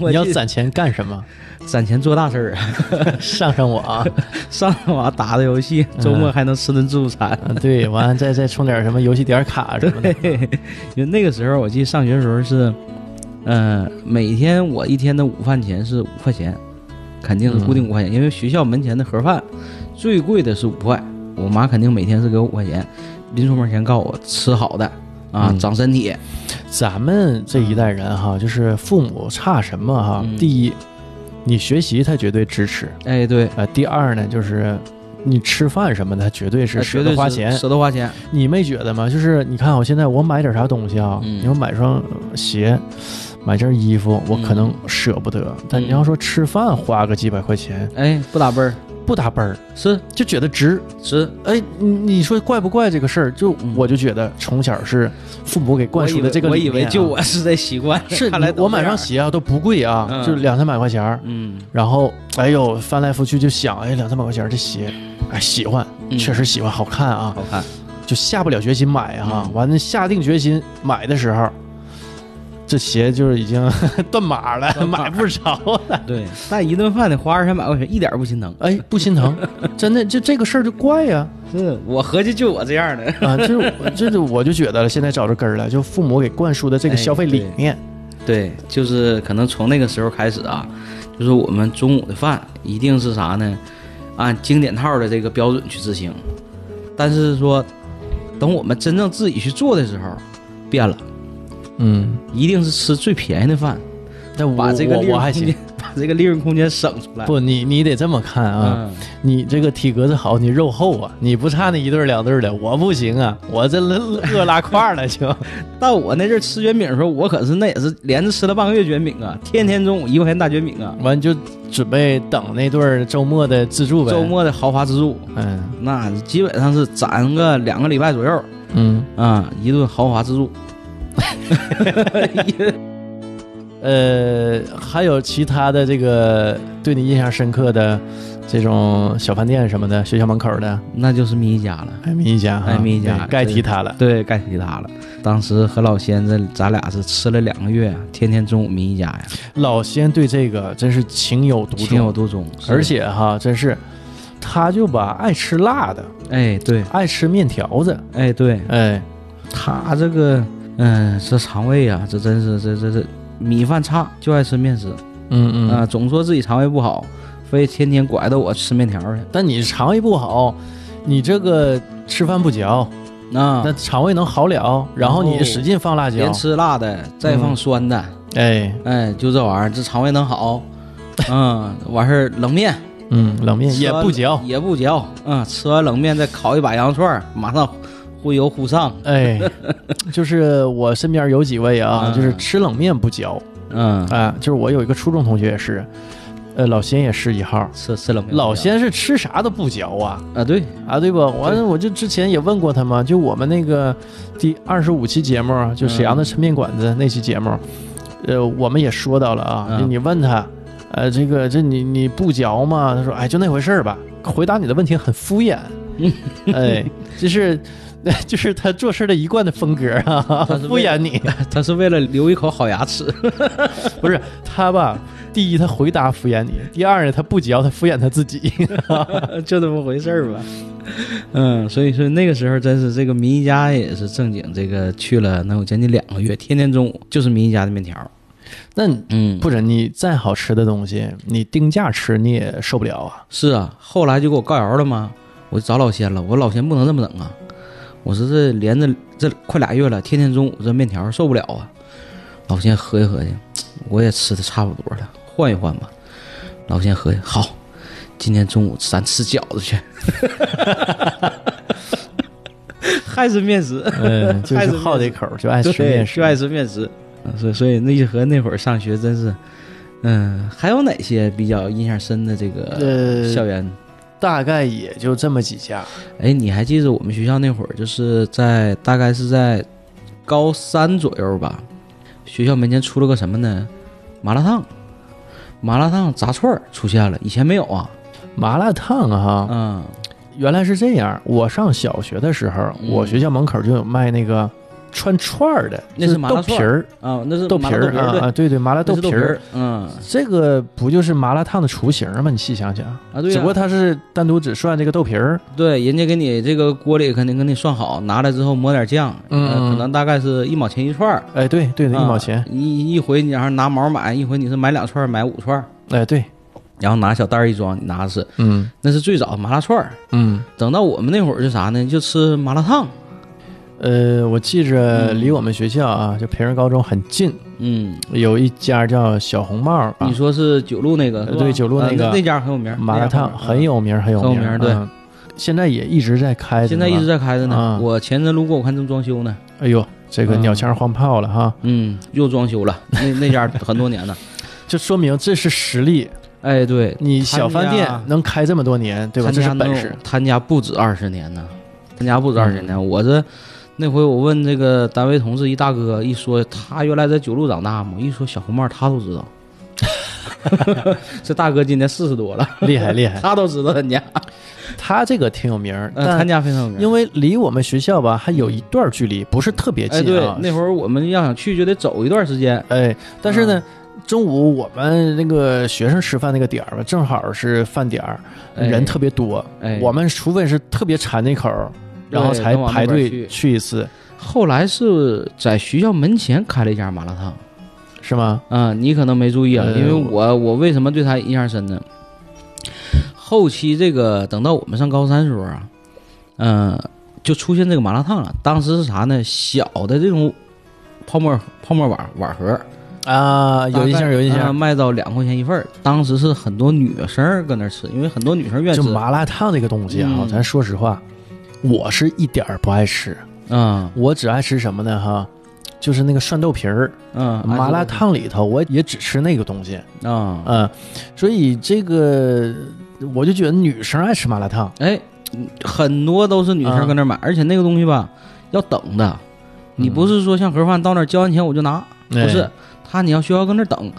S2: 我
S1: 你要
S2: 记得
S1: 攒钱干什 么？
S2: 攒钱做大事儿啊！
S1: 上上我啊！
S2: 上上网打打游戏，周末还能吃顿自助餐。
S1: 嗯对，完了再再 充点什么游戏点卡什么的。
S2: 对，因为那个时候我记得上学的时候是，呃，每天我一天的午饭钱是五块钱，肯定是固定五
S1: 嗯
S2: 块钱，因为学校门前的盒饭最贵的是五块，我妈肯定每天是给我五块钱，临出门前告诉我吃好的啊，
S1: 嗯
S2: 长身体。
S1: 咱们这一代人哈，就是父母差什么哈？
S2: 嗯
S1: 第一，你学习他绝对支持啊、
S2: 哎，对，
S1: 呃第二呢，就是你吃饭什么的，他绝对是
S2: 哎
S1: 舍
S2: 绝
S1: 得
S2: 对
S1: 花
S2: 是
S1: 钱。
S2: 舍得花钱。
S1: 你没觉得吗？就是你看我现在我买点啥东西啊？
S2: 嗯
S1: 你要买双呃鞋，买件衣服，我可能
S2: 嗯
S1: 舍不得。但你要说吃饭花个几百块钱，
S2: 哎，不打奔儿，
S1: 不打奔儿
S2: 吃
S1: 就觉得值。
S2: 吃。
S1: 哎，你你说怪不怪这个事儿？就
S2: 嗯
S1: 我就觉得从小是父母给灌输的这个
S2: 我
S1: 理
S2: 以为，我以
S1: 念啊、
S2: 为就我是这习 惯，
S1: 是
S2: 看来
S1: 你我买双
S2: 鞋。
S1: 鞋啊都不贵啊，
S2: 嗯
S1: 就两三百块钱儿。
S2: 嗯，
S1: 然后哎呦翻来覆去就想，哎两三百块钱儿这鞋，哎喜欢，
S2: 嗯
S1: 确实喜欢，好看啊。
S2: 好看。
S1: 就下不了决心买啊。
S2: 嗯
S1: 完了，下定决心买的时候，这鞋就是已经 断码了，
S2: 断码
S1: 买不着了。
S2: 对，但一顿饭得花二三百块钱，一点儿不心疼。
S1: 哎，不心疼，真的，就这个事儿就怪呀
S2: 是我合计就我这样的。
S1: 啊就是我这就我就觉得了，现在找着根儿了，就父母给灌输的这个
S2: 哎
S1: 消费理念，
S2: 对，就是可能从那个时候开始啊，就是我们中午的饭一定是啥呢？按经典套的这个标准去执行。但是说，等我们真正自己去做的时候，变了，
S1: 嗯，
S2: 一定是吃最便宜的饭，
S1: 但我
S2: 把这个
S1: 我
S2: 利润
S1: 我还
S2: 空
S1: 行
S2: 间，，把这个利润空间省出来。
S1: 不，你你得这么看啊，
S2: 嗯，
S1: 你这个体格子好，你肉厚啊，你不差那一对儿两对儿的，我不行啊，我这饿饿拉胯儿了就，
S2: 但我那阵儿吃卷饼的时候，我可是那也是连着吃了半个月卷饼啊，天天中午一块钱大卷饼啊，
S1: 完就准备等那对儿周末的自助呗，
S2: 周，末的豪华自助，
S1: 嗯
S2: 那基本上是攒个两个礼拜左右
S1: 嗯。
S2: 啊，一顿豪华自助。
S1: 呃，还有其他的这个对你印象深刻的这种小饭店什么的，学校门口的，
S2: 那就是咪一家了。
S1: 哎，咪一家哈，
S2: 哎咪一家
S1: 对该提它了。
S2: 对，该提他了。当时和老仙子，咱俩是吃了两个月，天天中午咪一家呀，
S1: 老仙对这个真是情有独
S2: 情
S1: 钟，
S2: 有独钟。是
S1: 而，且哈，真是他就把爱吃辣的、
S2: 哎，对，
S1: 爱吃面条子，
S2: 哎，对，
S1: 哎，
S2: 他这个，嗯，这肠胃呀、这真是这这这米饭差，就爱吃面食啊、
S1: 嗯嗯。
S2: 总说自己肠胃不好，非天天拐着我吃面条去。
S1: 但你肠胃不好，你这个吃饭不嚼，
S2: 啊，哦
S1: 那肠胃能好了？然后你使劲放辣椒
S2: 连，吃辣的，再放酸的，
S1: 哎，
S2: 哎，就这玩意儿，这肠胃能 好。嗯，完事儿冷面
S1: 嗯，冷面也
S2: 吃完
S1: 不嚼，
S2: 也不嚼，嗯，吃完冷面再烤一把羊肉串儿，马上忽油忽上，
S1: 哎，就是我身边有几位啊，
S2: 嗯
S1: 就是吃冷面不嚼
S2: 嗯
S1: 啊，就是我有一个初中同学也是，呃，老仙也是一号。
S2: 吃吃冷面。
S1: 老仙是吃啥都不嚼啊
S2: 啊，对，
S1: 啊，对吧？完
S2: 对
S1: 了，我就之前也问过他嘛，就我们那个第二十五期节目，啊就沈阳的抻面馆子那期节目，呃，我们也说到了啊，
S2: 嗯
S1: 就你问他，呃，这个这你你不嚼吗？他说，哎，就那回事儿吧。回答你的问题很敷 衍
S2: 嗯，
S1: 哎，就是 就是他做事的一贯的风格啊
S2: 他是为，
S1: 敷衍你。
S2: 他是为了留一口好牙齿。
S1: 不是他吧？第一，他回答敷衍你；第二呢，他不嚼，他敷衍他自己。
S2: 啊 就这么回事儿吧。嗯，所以说那个时候真是这个民一家也是正经，这个去了能有将近两个月，天天中午就是民一家的面条。
S1: 那
S2: 嗯，
S1: 不是你再好吃的东西，你定价吃你也受不了啊。
S2: 是啊，后来就给我告饶了嘛，我就找老仙了。我说老仙不能这么整啊，我说这连着这快俩月了，天天中午这面条受不了啊。老仙合计合计，我也吃的差不多了，换一换吧。老仙合计好，今天中午咱吃饺子去。 还是面食，
S1: 嗯，就
S2: 还
S1: 是
S2: 是
S1: 好这口儿，就爱
S2: 对，
S1: 吃面食，
S2: 就爱吃面食。啊所以所以那一和那会儿上学真是，嗯，还有哪些比较印象深的这个校
S1: 呃，
S2: 园？
S1: 大概也就这么几家。
S2: 哎，你还记得我们学校那会儿就是在大概是在高三左右吧，学校门前出了个什么呢？麻辣烫，麻辣烫炸串儿出现了，以前没有啊。
S1: 麻辣烫啊哈，
S2: 嗯，
S1: 原来是这样。我上小学的时候，
S2: 嗯
S1: 我学校门口就有卖那个串串儿的，
S2: 那
S1: 就是
S2: 麻辣
S1: 豆皮
S2: 串
S1: 儿、
S2: 啊，那是
S1: 豆
S2: 麻
S1: 皮
S2: 辣
S1: 儿
S2: 对
S1: 啊，啊，对对，麻辣
S2: 那
S1: 豆
S2: 是豆
S1: 皮
S2: 皮
S1: 儿。
S2: 儿，嗯
S1: 这个不就是麻辣烫的雏形吗？你细想想，
S2: 啊，对
S1: 只不
S2: 呀
S1: 过它是单独只涮这个豆皮儿，
S2: 对，人家给你这个锅里肯定给你涮好，拿来之后抹点酱，
S1: 嗯
S2: 呃可能大概是一毛钱一串儿，
S1: 哎，对对的，一
S2: 啊
S1: 毛钱，
S2: 一一回你要是拿毛买，一回你是买两串儿买五串儿，
S1: 哎，对，
S2: 然后拿小袋儿一装，你拿着吃，
S1: 嗯
S2: 那是最早麻辣串儿。
S1: 嗯，
S2: 等到我们那会儿就啥呢？就吃麻辣烫，
S1: 呃，我记着
S2: 嗯
S1: 离我们学校啊，就培仁高中很近，
S2: 嗯，
S1: 有一家叫小红帽吧，
S2: 你说是九路那个，
S1: 啊呃
S2: 是吧
S1: 对九路
S2: 啊
S1: 那
S2: 那
S1: 个
S2: 那家很有名，啊
S1: 麻辣烫很
S2: 有
S1: 有名儿，很有
S2: 嗯很有
S1: 名儿，
S2: 名儿
S1: 嗯现在也一直在开
S2: 名，
S1: 着，
S2: 现在一直
S1: 在，
S2: 在开着呢
S1: 啊。
S2: 我前阵路过，我看正装修呢，
S1: 哎呦，这个
S2: 嗯
S1: 鸟枪换炮了哈，
S2: 嗯，又装修了， 那那家很多年了。
S1: 就说明这是实力，
S2: 哎，对，
S1: 你小饭店能开这么多年，对吧？
S2: 他
S1: 这
S2: 家
S1: 是本
S2: 能
S1: 事嗯
S2: 有，他家不止二十年呢，他家不止二十年。我这那回我问这个单位同事一大哥，一说他原来在九路长大嘛，一说小红帽他 都知道。 这大哥今年四十多了，
S1: 厉害厉 害，
S2: 他都知道他家，
S1: 他这个挺有名儿，
S2: 呃他
S1: 哎但
S2: 家非常有名。
S1: 因为离我们学校吧还有一段距离，不是特别
S2: 哎，
S1: 近
S2: 对
S1: 啊，，
S2: 那会儿我们要想去就得走一段时间。
S1: 哎，但是
S2: 嗯
S1: 呢，中午我们那个学生吃饭那个点儿吧，正好是饭点儿，
S2: 哎
S1: 人特别多。
S2: 哎
S1: 我们除非是特别馋那口儿，
S2: 对
S1: 然后才
S2: 能往那
S1: 排
S2: 边
S1: 队
S2: 去
S1: 去一次，
S2: 后来是在学校门前开了一家麻辣烫。
S1: 是吗？
S2: 啊，你可能没注意啊，
S1: 呃
S2: 因为我我为什么对他印象深呢？后期这个等到我们上高三时候啊，嗯、就出现这个麻辣烫了。当时是啥呢？小的这种泡沫泡沫碗碗盒，
S1: 啊，有印
S2: 大
S1: 象，
S2: 概
S1: 有印
S2: 呃
S1: 象。
S2: 卖到两块钱一份儿。当时是很多女生儿搁那儿吃，因为很多女生愿意
S1: 就
S2: 吃。
S1: 麻辣烫这个东西哈，
S2: 嗯
S1: 咱说实话，我是一点儿不爱吃，
S2: 嗯
S1: 我只爱吃什么呢？哈，就是那个涮豆皮儿，
S2: 嗯，
S1: 麻辣烫里头我也只吃那个东西，
S2: 啊，
S1: 嗯，所以这个我就觉得女生爱吃麻辣烫。
S2: 哎，很多都是女生搁那儿买，而且那个东西吧要等的，你不是说像盒饭到那儿交完钱我就拿。
S1: 哎
S2: 不是，他你要需要搁那儿等，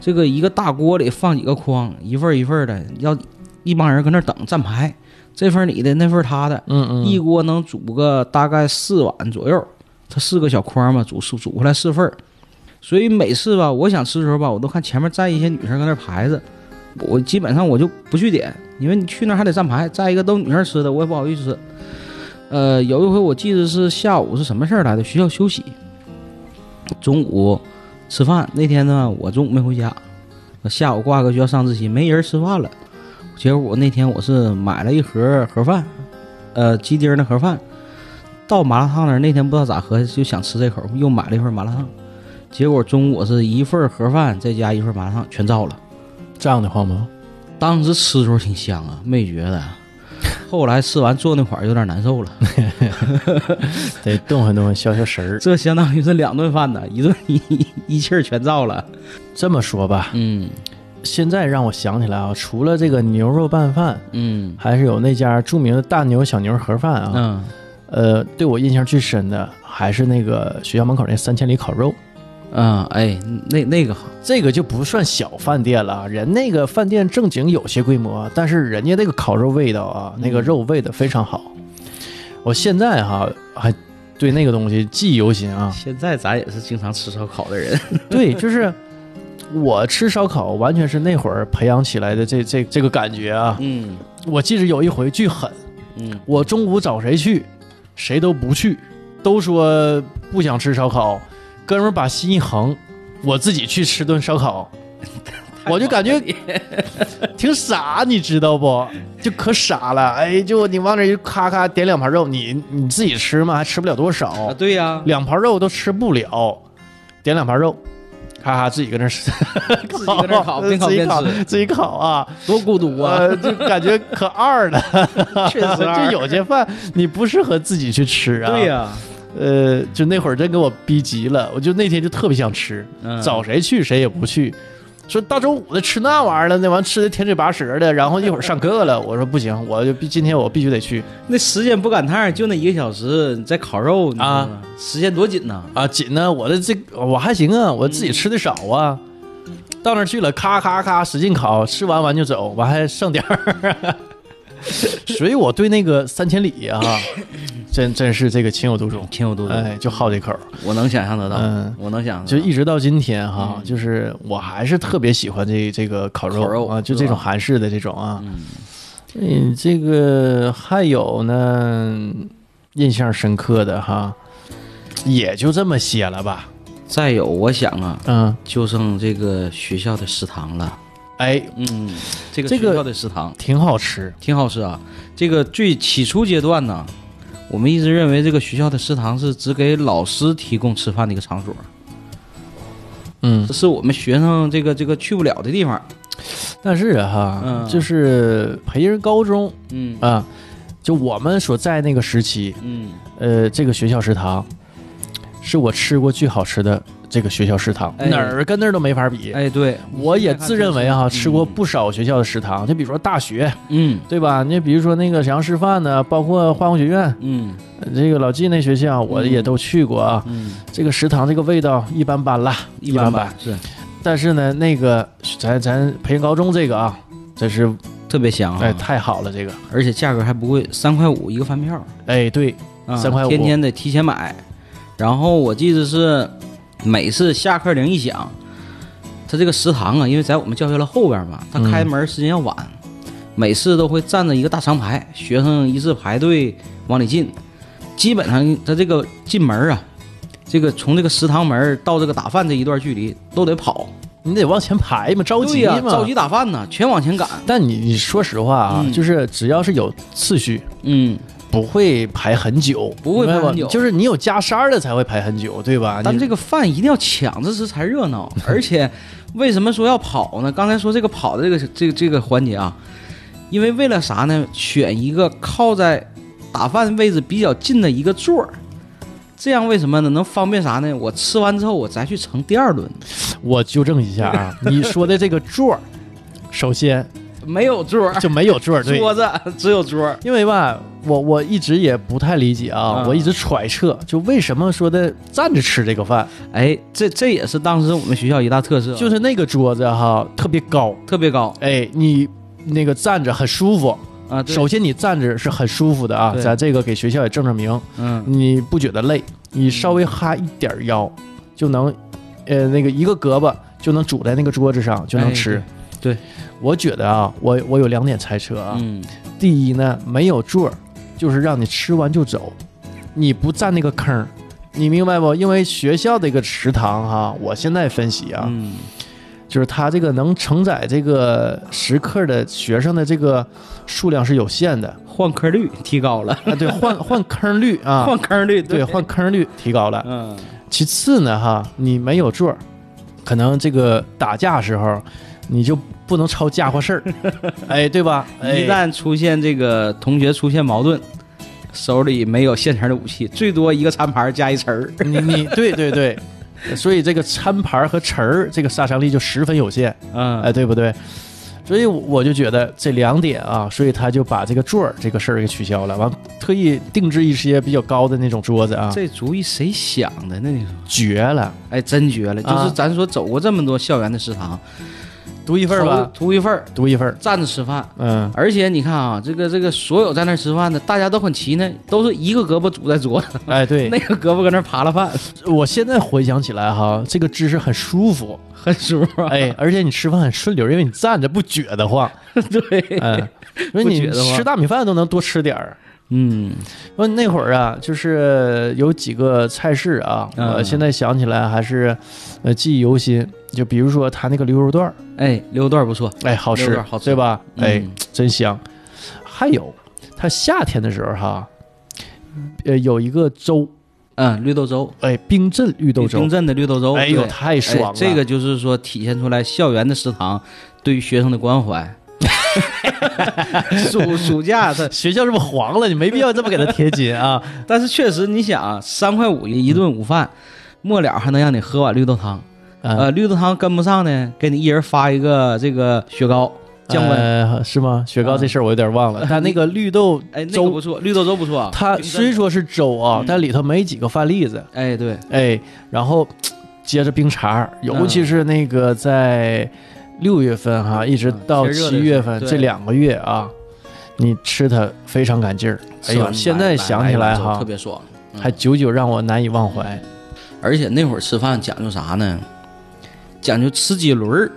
S2: 这个一个大锅里放几个筐，一份儿一份儿的，要一帮人搁那儿等站排，这份儿你的，那份儿他的，
S1: 嗯嗯，
S2: 一锅能煮个大概四碗左右，它四个小筐嘛，煮四煮回来四份儿，所以每次吧，我想吃的时候吧，我都看前面站一些女生搁那儿排着，我基本上我就不去点，因为你去那儿还得站排，再一个都女生吃的，我也不好意思吃。呃，有一回我记得是下午是什么事儿来的，学校休息，中午吃饭那天呢，我中午没回家，我下午挂个学校上自习，没人吃饭了。结果我那天我是买了一盒盒饭，呃，鸡丁儿的盒饭，到麻辣烫那儿那天不知道咋合计，就想吃这口，又买了一份麻辣烫。结果中午我是一份盒饭再加一份麻辣烫，全造了。
S1: 这样的话吗？
S2: 当时吃的时候挺香啊，没觉得啊。后来吃完坐那会儿有点难受了，
S1: 得动换动换消消食儿。
S2: 这相 当于是两顿饭呢，一顿一一气儿全造了。
S1: 这么说吧，
S2: 嗯
S1: 现在让我想起来啊，除了这个牛肉拌饭，
S2: 嗯
S1: 还是有那家著名的大牛小牛盒饭啊。
S2: 嗯
S1: 呃，对我印象最深的还是那个学校门口那三千里烤肉，
S2: 嗯，哎，那那个好，。
S1: 这个就不算小饭店了啊，人那个饭店正经有些规模，但是人家那个烤肉味道啊，那个肉味的非常好。我现在哈、还对那个东西记忆犹新啊
S2: 现在咱也是经常吃烧烤的人，
S1: 对，就是我吃烧烤完全是那会儿培养起来的这这这个感觉啊。
S2: 嗯
S1: 我记着有一回巨狠，
S2: 嗯
S1: 我中午找谁去，谁都不去，都说不想吃烧烤，哥们儿把心一横，我自己去吃顿烧 烤，我就感觉挺傻，你知道不？就可傻了，哎，就你往这一咔咔点两盘肉，你你自己吃嘛，还吃不了多
S2: 啊，
S1: 少，
S2: 对呀，
S1: 两盘肉都吃不了，点两盘肉，咔咔自己搁那儿吃，
S2: 自己搁那 儿烤，边烤
S1: 自己
S2: 边
S1: 烤
S2: 吃，，
S1: 自己烤啊。
S2: 多孤独啊！
S1: 我就感觉可二了，
S2: 确实二
S1: 就有些饭你不适合自己去吃啊。
S2: 对呀、
S1: 呃，就那会儿真给我逼急了，我就那天就特别想吃，
S2: 嗯
S1: 找谁去谁也不去，说大中午的吃那玩意儿了，那玩意儿吃的甜嘴拔舌的，然后一会儿上课了，我说不行，我就必今天我必须得去
S2: 那时间不赶趟儿，就那一个小时，你再烤肉你知道吗时间多紧呐、
S1: 啊，紧呢，我的这我还行啊，我自己吃的少啊。到那儿去了，咔咔咔，使劲烤，吃完完就走，完还剩点儿。 所以我对那个三千里啊，真真是这个情有独钟，
S2: 情有独钟，
S1: 哎，就好这口儿。
S2: 我能想象得到，
S1: 嗯
S2: 我能想象
S1: 就
S2: 得到。
S1: 一直到今天哈，就是我还是特别喜欢这这个烤肉
S2: 烤肉
S1: 啊，就是
S2: 吧
S1: 这种韩式的这种啊。
S2: 嗯
S1: 嗯，这个还有呢，印象深刻的哈，也就这么些了吧。
S2: 再有，我想啊，
S1: 嗯，
S2: 就剩这个学校的食堂了。
S1: 哎，
S2: 嗯，这个
S1: 这
S2: 学
S1: 个
S2: 校的食堂
S1: 挺好吃。
S2: 挺好吃啊。这个最起初阶段呢，我们一直认为这个学校的食堂是只给老师提供吃饭的一个场所，
S1: 嗯
S2: 这，是我们学生这个这个去不了的地方。
S1: 但是哈，
S2: 嗯
S1: 就是培仁高中
S2: 嗯
S1: 啊，就我们所在那个时期，
S2: 嗯
S1: 呃，这个学校食堂是我吃过最好吃的这个学校食堂，
S2: 哎
S1: 哪儿跟那儿都没法比。
S2: 哎，对，
S1: 我也自认为哈、啊
S2: 嗯
S1: 吃过不少学校的食堂，就比如说大学，
S2: 嗯
S1: 对吧？你比如说那个沈阳师范呢，包括化工学院，
S2: 嗯
S1: 呃这个老纪那学校我也都去过啊。
S2: 嗯，
S1: 这个食堂这个味道一般般啦，
S2: 一
S1: 般
S2: 般
S1: 般。
S2: 是
S1: 但是呢，那个咱咱培训高中这个啊，这是
S2: 特别香啊，
S1: 哎太好了，这个
S2: 而且价格还不贵，三块五一个饭票，
S1: 哎对，
S2: 啊
S1: 3块5
S2: 天天得提前买。然后我记得是每次下课铃一响，他这个食堂啊，因为在我们教学楼后边嘛，他
S1: 嗯
S2: 开门时间要晚，每次都会站着一个大长排，学生一字排队往里进。基本上他这个进门啊，这个从这个食堂门到这个打饭这一段距离都得跑，
S1: 你得往前排嘛，着
S2: 对
S1: 急
S2: 呀、
S1: 嘛，
S2: 着急打饭呢，全往前赶。
S1: 但你你说实话啊，
S2: 嗯
S1: 就是只要是有次序，
S2: 嗯，
S1: 不会排很久，
S2: 不会排很久
S1: 明白吧就是你有加塞儿的才会排很久，对吧？
S2: 但
S1: 你
S2: 这个饭一定要抢着吃才热 闹。而且，为什么说要跑呢？刚才说这个跑的这个这个这个环节啊，因为为了啥呢？选一个靠在打饭位置比较近的一个座儿，这样为什么呢？能方便啥呢？我吃完之后我再去盛第二轮，
S1: 我纠正一下 啊，你说的这个座儿，首先
S2: 没有座儿，
S1: 就没有座儿， 对，
S2: 桌子只有桌儿。
S1: 因为吧，我我一直也不太理解啊，
S2: 啊
S1: 我一直揣测，就为什么说的站着吃这个饭，
S2: 哎，这这也是当时我们学校一大特色，
S1: 就是那个桌子哈特别高，
S2: 特别高
S1: 哎，你那个站着很舒服，
S2: 啊，对
S1: 首先你站着是很舒服的啊，
S2: 对
S1: 咱这个给学校也证证明，
S2: 嗯
S1: 你不觉得累，你稍微哈一点儿腰就能，呃，那个一个胳膊就能拄在那个桌子上就能
S2: 哎
S1: 吃。
S2: 对对
S1: 我觉得啊，我我有两点猜测啊。
S2: 嗯
S1: 第一呢，没有座儿，就是让你吃完就走，你不占那个坑儿，你明白不？因为学校这个食堂哈、我现在分析啊，
S2: 嗯
S1: 就是它这个能承载这个食客的学生的这个数量是有限的
S2: 换科率提高了，
S1: 啊。对，换换坑率啊，
S2: 换坑率
S1: 对，换啊坑率提高了。
S2: 嗯。
S1: 其次呢，哈，你没有座儿，可能这个打架时候你就不能抄家伙事儿， 哎，对吧？哎
S2: 一旦出现这个同学出现矛盾，手里没有现成的武器，最多一个餐盘加一匙儿。
S1: 你你对对对，所以这个餐盘和匙儿这个杀伤力就十分有限，
S2: 嗯，
S1: 哎，对不对？所以我我就觉得这两点啊，所以他就把这个座儿这个事儿给取消了，完特意定制一些比较高的那种桌子啊，
S2: 这主意谁想的呢？你说，
S1: 绝了，
S2: 哎，真绝了！就
S1: 啊
S2: 是咱说走过这么多校园的食堂，
S1: 独一份儿吧，
S2: 头，图一份儿，
S1: 独一份儿，
S2: 站着吃饭。
S1: 嗯，
S2: 而且你看啊，这个这个所有在那儿吃饭的，大家都很齐呢，都是一个胳膊拄在桌子，
S1: 哎，对，
S2: 那个胳膊搁那儿扒拉饭，
S1: 我现在回想起来哈，这个姿势很舒服，
S2: 很啊舒服。
S1: 哎，而且你吃饭很顺溜，因为你站着不撅得慌，
S2: 对，
S1: 嗯，因为你
S2: 不撅得慌
S1: 吃大米饭都能多吃点儿。
S2: 嗯
S1: 问那会儿啊，就是有几个菜式啊，
S2: 嗯
S1: 我现在想起来还是，呃，记忆犹新。就比如说他那个驴肉段儿，
S2: 哎，溜段不错，
S1: 哎，好
S2: 溜
S1: 吃
S2: 段，好吃
S1: 对吧？哎，
S2: 嗯
S1: 真香。还有，他夏天的时候哈，呃，有一个粥，
S2: 嗯，绿豆粥，
S1: 哎，冰镇绿豆粥
S2: 冰，镇的绿豆粥，
S1: 哎呦，
S2: 对
S1: 太爽
S2: 哎
S1: 了。
S2: 这个就是说体现出来校园的食堂对于学生的关怀。 暑暑假它，
S1: 学校这不黄了，你没必要这么给他贴金 啊。
S2: 但是确实你想啊，三块五一顿午饭，末了还能让你喝碗绿豆汤。
S1: 呃，
S2: 呃，绿豆汤跟不上呢，给你一人发一个这个雪糕降温。
S1: 呃是吗？雪糕
S2: 啊
S1: 这事儿我有点忘了，但那个绿豆
S2: 哎，那个
S1: 粥
S2: 不错，绿豆粥不错啊。
S1: 它
S2: 冰镇
S1: 虽说是粥啊，但里头没几个饭粒子，
S2: 哎对，
S1: 哎，然后嘖接着冰碴儿，尤
S2: 嗯
S1: 其是那个在六月份哈、一直
S2: 嗯
S1: 到
S2: 天热的
S1: 七月
S2: 时候
S1: 份
S2: 对
S1: 这两个月啊，你吃它非常赶劲儿。哎
S2: 吃
S1: 呦，
S2: 完
S1: 现
S2: 来
S1: 在想起来
S2: 来一碗粥
S1: 哈
S2: 特，别爽。嗯
S1: 还久久让我难以忘怀。
S2: 而且那会儿吃饭讲究啥呢？讲究吃几轮儿。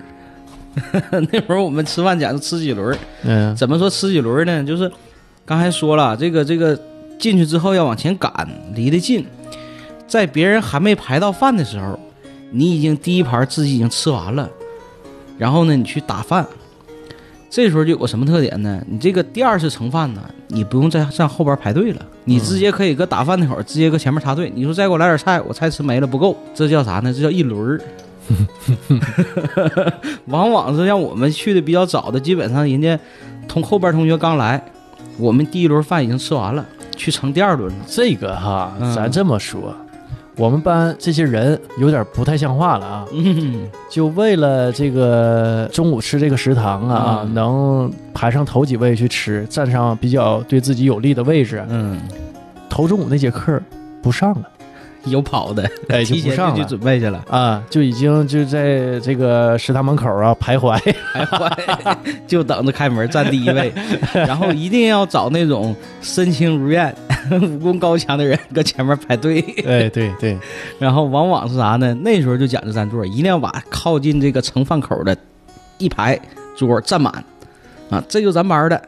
S2: 那会儿我们吃饭讲究吃几轮儿，
S1: 嗯
S2: 怎么说吃几轮儿呢？就是刚才说了，这个这个进去之后要往前赶，离得近，在别人还没排到饭的时候，你已经第一盘自己已经吃完了，然后呢，你去打饭。这时候就有个什么特点呢？你这个第二次盛饭呢，你不用再上后边排队了，你直接可以搁打饭那会儿直接搁前面插队。你说再给我来点菜，我菜吃没了不够，这叫啥呢？这叫一轮儿。 往往是像我们去的比较早的，基本上人家同后边同学刚来，我们第一轮饭已经吃完了，去盛第二轮了。
S1: 这个哈，
S2: 嗯
S1: 咱这么说，我们班这些人有点不太像话了啊！
S2: 嗯，
S1: 就为了这个中午吃这个食堂啊，
S2: 嗯
S1: 能排上头几位去吃，站上比较对自己有利的位置，
S2: 嗯，
S1: 头中午那节课不上了，
S2: 有跑的，
S1: 哎，就
S2: 提
S1: 不
S2: 前
S1: 上
S2: 就
S1: 了
S2: 去。准备去了，
S1: 啊，就已经就在这个食堂门口啊徘徊，
S2: 徘徊， 就等着开门占第一 位，然后一定要找那种身轻如燕、 武功高强的人搁前面排队。
S1: 哎，对对，
S2: 然后往往是啥呢？那时候就讲究占座，一定要把靠近这个盛饭口的一排桌占满啊！这就咱班的，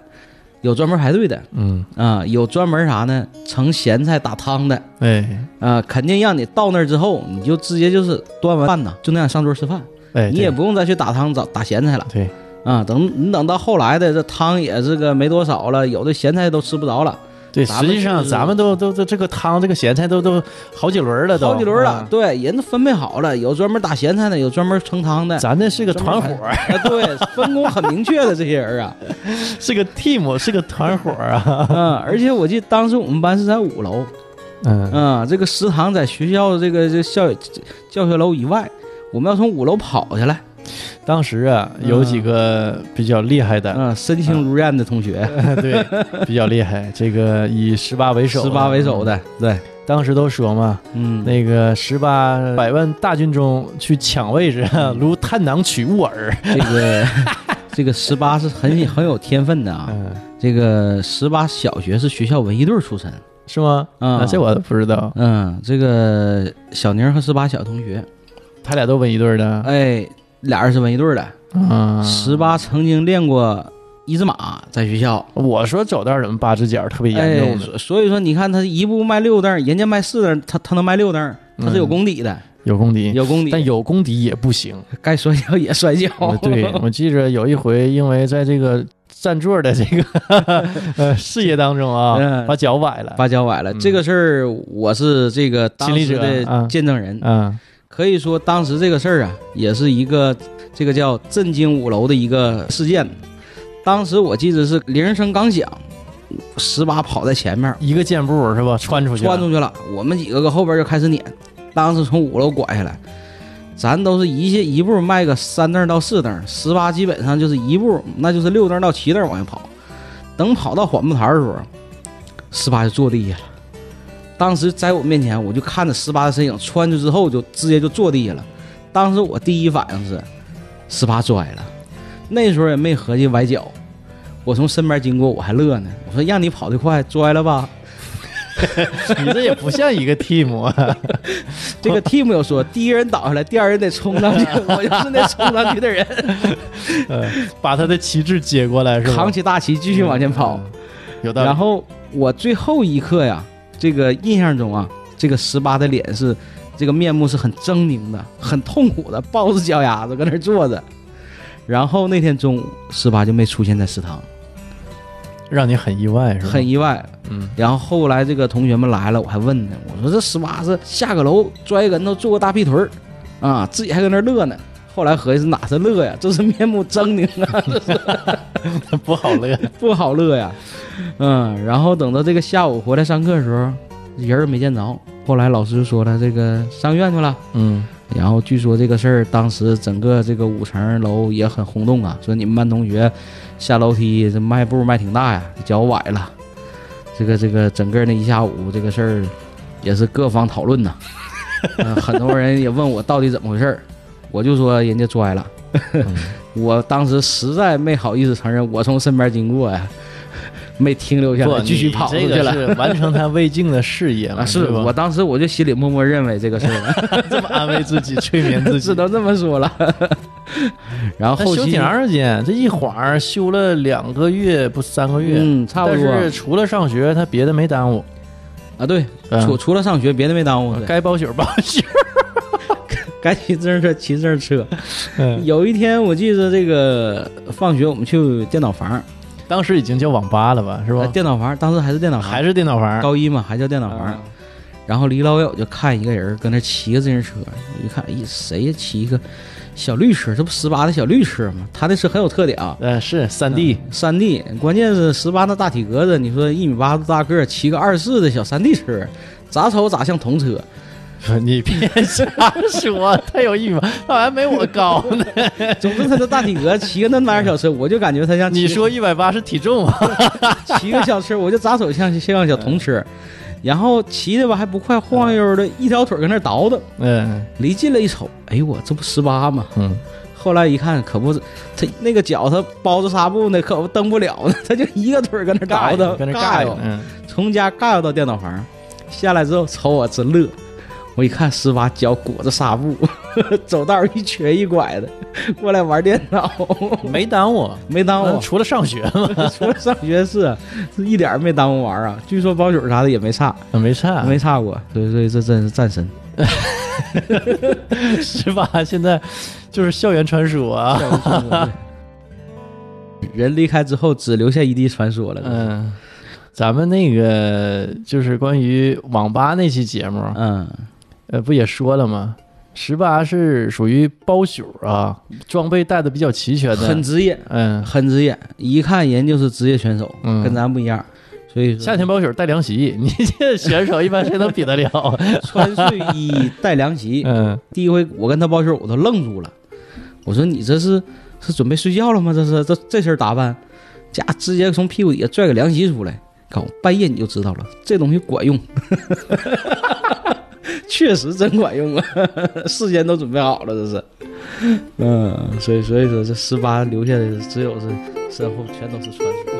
S2: 有专门排队的
S1: 嗯，
S2: 啊，有专门啥呢？盛咸菜打汤的
S1: 哎
S2: 啊，肯定让你到那儿之后，你就直接就是端完饭呢，就那样上桌吃饭，
S1: 哎，
S2: 你也不用再去打汤找打咸菜了
S1: 对，
S2: 啊！等你等到后来的这汤也这个没多少了，有的咸菜都吃不着了，
S1: 对对，
S2: 咱
S1: 实
S2: 们
S1: 际上
S2: 是
S1: 咱们都都都这个汤这个咸菜都都好几轮了，都
S2: 好几轮了
S1: 啊。
S2: 对，人都分配好了，有专门打咸菜的，有专门盛 汤的。
S1: 嗯咱这是个团伙儿，
S2: 啊，对，分工很明确的这些人啊，
S1: 是个 team，是个团伙儿啊。
S2: 嗯，而且我记得当时我们班是在五楼，
S1: 嗯，
S2: 啊、这个食堂在学校这个这校教学楼以外，我们要从五楼跑下来，
S1: 当时啊，有几个比较厉害的，
S2: 嗯、身轻如燕的同学，
S1: 啊对， 比较厉害。这个以十八哎为首，嗯
S2: 十八为首，的，对，
S1: 当时都说嘛，
S2: 嗯，
S1: 那个十八百万大军中去抢位置， 如探囊取物饵。
S2: 这个 这个十八是很很有天分的啊，
S1: 嗯，
S2: 这个十八小学是学校文艺队出身，
S1: 是吗？
S2: 啊
S1: 这我都不知道，
S2: 嗯，这个小宁和十八小同学，
S1: 他俩都文艺队的。
S2: 哎，俩人是文艺队的，
S1: 嗯，
S2: 十八曾经练过一字马，在学校。
S1: 我说走道怎么八只脚特别严重
S2: 哎
S1: 的，
S2: 所所以说，你看他一步卖六蹬，人家卖四蹬，他他能卖六蹬，他是有功底的，
S1: 哎有功底，
S2: 有功底。
S1: 嗯但有功底也不行。
S2: 该摔跤也摔跤
S1: 我，对我记着有一回，因为在这个占座的这个 呃事业当中啊，
S2: 嗯
S1: 把脚崴了。
S2: 把脚崴了。
S1: 嗯
S2: 这个事儿我是这个当
S1: 亲
S2: 时
S1: 历者啊
S2: 的见证人，
S1: 嗯，
S2: 可以说当时这个事儿啊，也是一个这个叫震惊五楼的一个事件。当时我记得是铃声刚响，十八跑在前面，
S1: 一个箭步是吧，穿出去了，
S2: 窜出去了，我们几个搁后边就开始撵，当时从五楼拐下来，咱都是一下一步迈个三蹬到四蹬，十八基本上就是一步，那就是六蹬到七蹬往下跑。等跑到缓步台的时候，十八就坐地下了。当时在我面前，我就看着十八的身影穿着之后就直接就坐地下了。当时我第一反应是，十八摔了。那时候也没合计崴脚，我从身边经过我还乐呢，我说让你跑得快，摔了吧。
S1: 你这也不像一个 team 啊！
S2: 这个 team 有说，第一人倒下来，第二人得冲 上去，我就是那冲上去的人，
S1: 嗯把他的旗帜接过 来是吧？嗯
S2: 扛起大旗继续往前跑。
S1: 有道理。
S2: 然后我最后一刻呀，这个印象中啊，这个十八的脸是这个面目是很狰狞的，很痛苦的，抱着脚丫子搁那儿坐着。然后那天中午，十八就没出现在食堂，
S1: 让你很意外是吧？
S2: 很意外。
S1: 嗯，
S2: 然后后来这个同学们来了，我还问呢，我说这十八是下个楼摔跟头做个大屁腿儿，啊，自己还搁那儿乐呢。后来合计是哪是乐呀，这是面目狰狞啊，
S1: 不好乐。
S2: 不好乐呀。嗯，然后等到这个下午回来上课的时候，人儿没见着。后来老师就说了，这个上院去了。
S1: 嗯，
S2: 然后据说这个事儿，当时整个这个五层楼也很轰动啊，说你们班同学下楼梯这迈步迈挺大呀，脚崴了。这个这个整个那一下午这个事儿，也是各方讨论呐、 呃很多人也问我到底怎么回事儿，我就说人家摔了。
S1: 嗯
S2: 我当时实在没好意思承认，我从身边经过呀，没停留下
S1: 不，
S2: 来，继续
S1: 你
S2: 跑出去
S1: 这
S2: 了
S1: 个。 是完成他未竟的事业
S2: 啊，
S1: 嘛？
S2: 是
S1: 对吧
S2: 我当时我就心里默默认为这个事儿，
S1: 这么安慰自 己、催眠自己。
S2: 只能这么说了。 然后
S1: 他
S2: 后
S1: 修
S2: 期
S1: 挺长时间，这一晃儿修了两个月，不三个月。
S2: 嗯，差不
S1: 但
S2: 多
S1: 是除了上学，他别的没耽误。
S2: 啊，对，
S1: 嗯
S2: 除除了上学，别的没耽误。该
S1: 该包宿包宿。
S2: 该骑自行车骑自行车。
S1: 嗯
S2: 有一天我记得这个放学我们去电脑房，
S1: 当时已经叫网吧了吧？是
S2: 呃
S1: 吧？
S2: 电脑房当时还是电脑房，
S1: 还是电脑房？
S2: 高一嘛，还叫电脑房。
S1: 啊
S2: 然后离老远我就看一个人跟那骑个自行车，一看，咦，谁呀？骑一个小绿车，这不十八的小绿车吗？他那车很有特点啊，
S1: 呃，是三 D
S2: 山地，关键是十八那大体格子，你说一米八多大个儿，骑个二四的小山地车，咋瞅咋像童车。
S1: 你别瞎说，太有意思了，他还没我高 呢。
S2: 总之他这大体格骑个那玩意儿小车，我就感觉他像骑
S1: 你说一百八是体重啊？
S2: 骑个小车，我就咋瞅像像小童
S1: 嗯
S2: 车。 然后骑的吧还不快，晃悠悠的，一条腿搁那倒腾。
S1: 嗯
S2: 离近了一瞅，哎呦我这不十八吗？
S1: 嗯，
S2: 后来一看，可不是，他那个脚他包着纱布呢，可不蹬不了呢，他就一个腿儿搁那倒腾，
S1: 跟那
S2: 尬
S1: 尬
S2: 哟
S1: 呀。嗯，
S2: 从家尬悠到电脑房，下来之后瞅我直乐。我一看十八脚裹着纱布， 走道一瘸一拐的过来玩电脑，
S1: 没耽误。
S2: 没耽误
S1: 嗯，除了上学嘛，
S2: 除了上学是是一点儿没耽误玩啊。据说包宿啥的也没差，
S1: 没差。
S2: 没差过，所以所以这真是战神。
S1: 十八现在就是校园传说啊。
S2: 人离开之后只留下一地传说了。
S1: 嗯，咱们那个就是关于网吧那期节目，
S2: 嗯，
S1: 呃，不也说了吗？十八是属于包宿啊，装备带的比较齐全
S2: 很
S1: 的。
S2: 职业，
S1: 嗯，
S2: 很职业，一看人就是职业选手，
S1: 嗯
S2: 跟咱不一样。所以说
S1: 夏天包宿带凉席，你这选手一般谁能比得了？
S2: 穿睡衣 带凉席，
S1: 嗯，
S2: 第一回我跟他包宿，我都愣住了。我说你这是是准备睡觉了吗？这是这这身打扮，家直接从屁股底下拽个凉席出来，看我半夜你就知道了，这东西管用， 确实真管用啊！ 事先都准备好了，这是。嗯，所以所以说这十八留下的只有是身后全都是传说。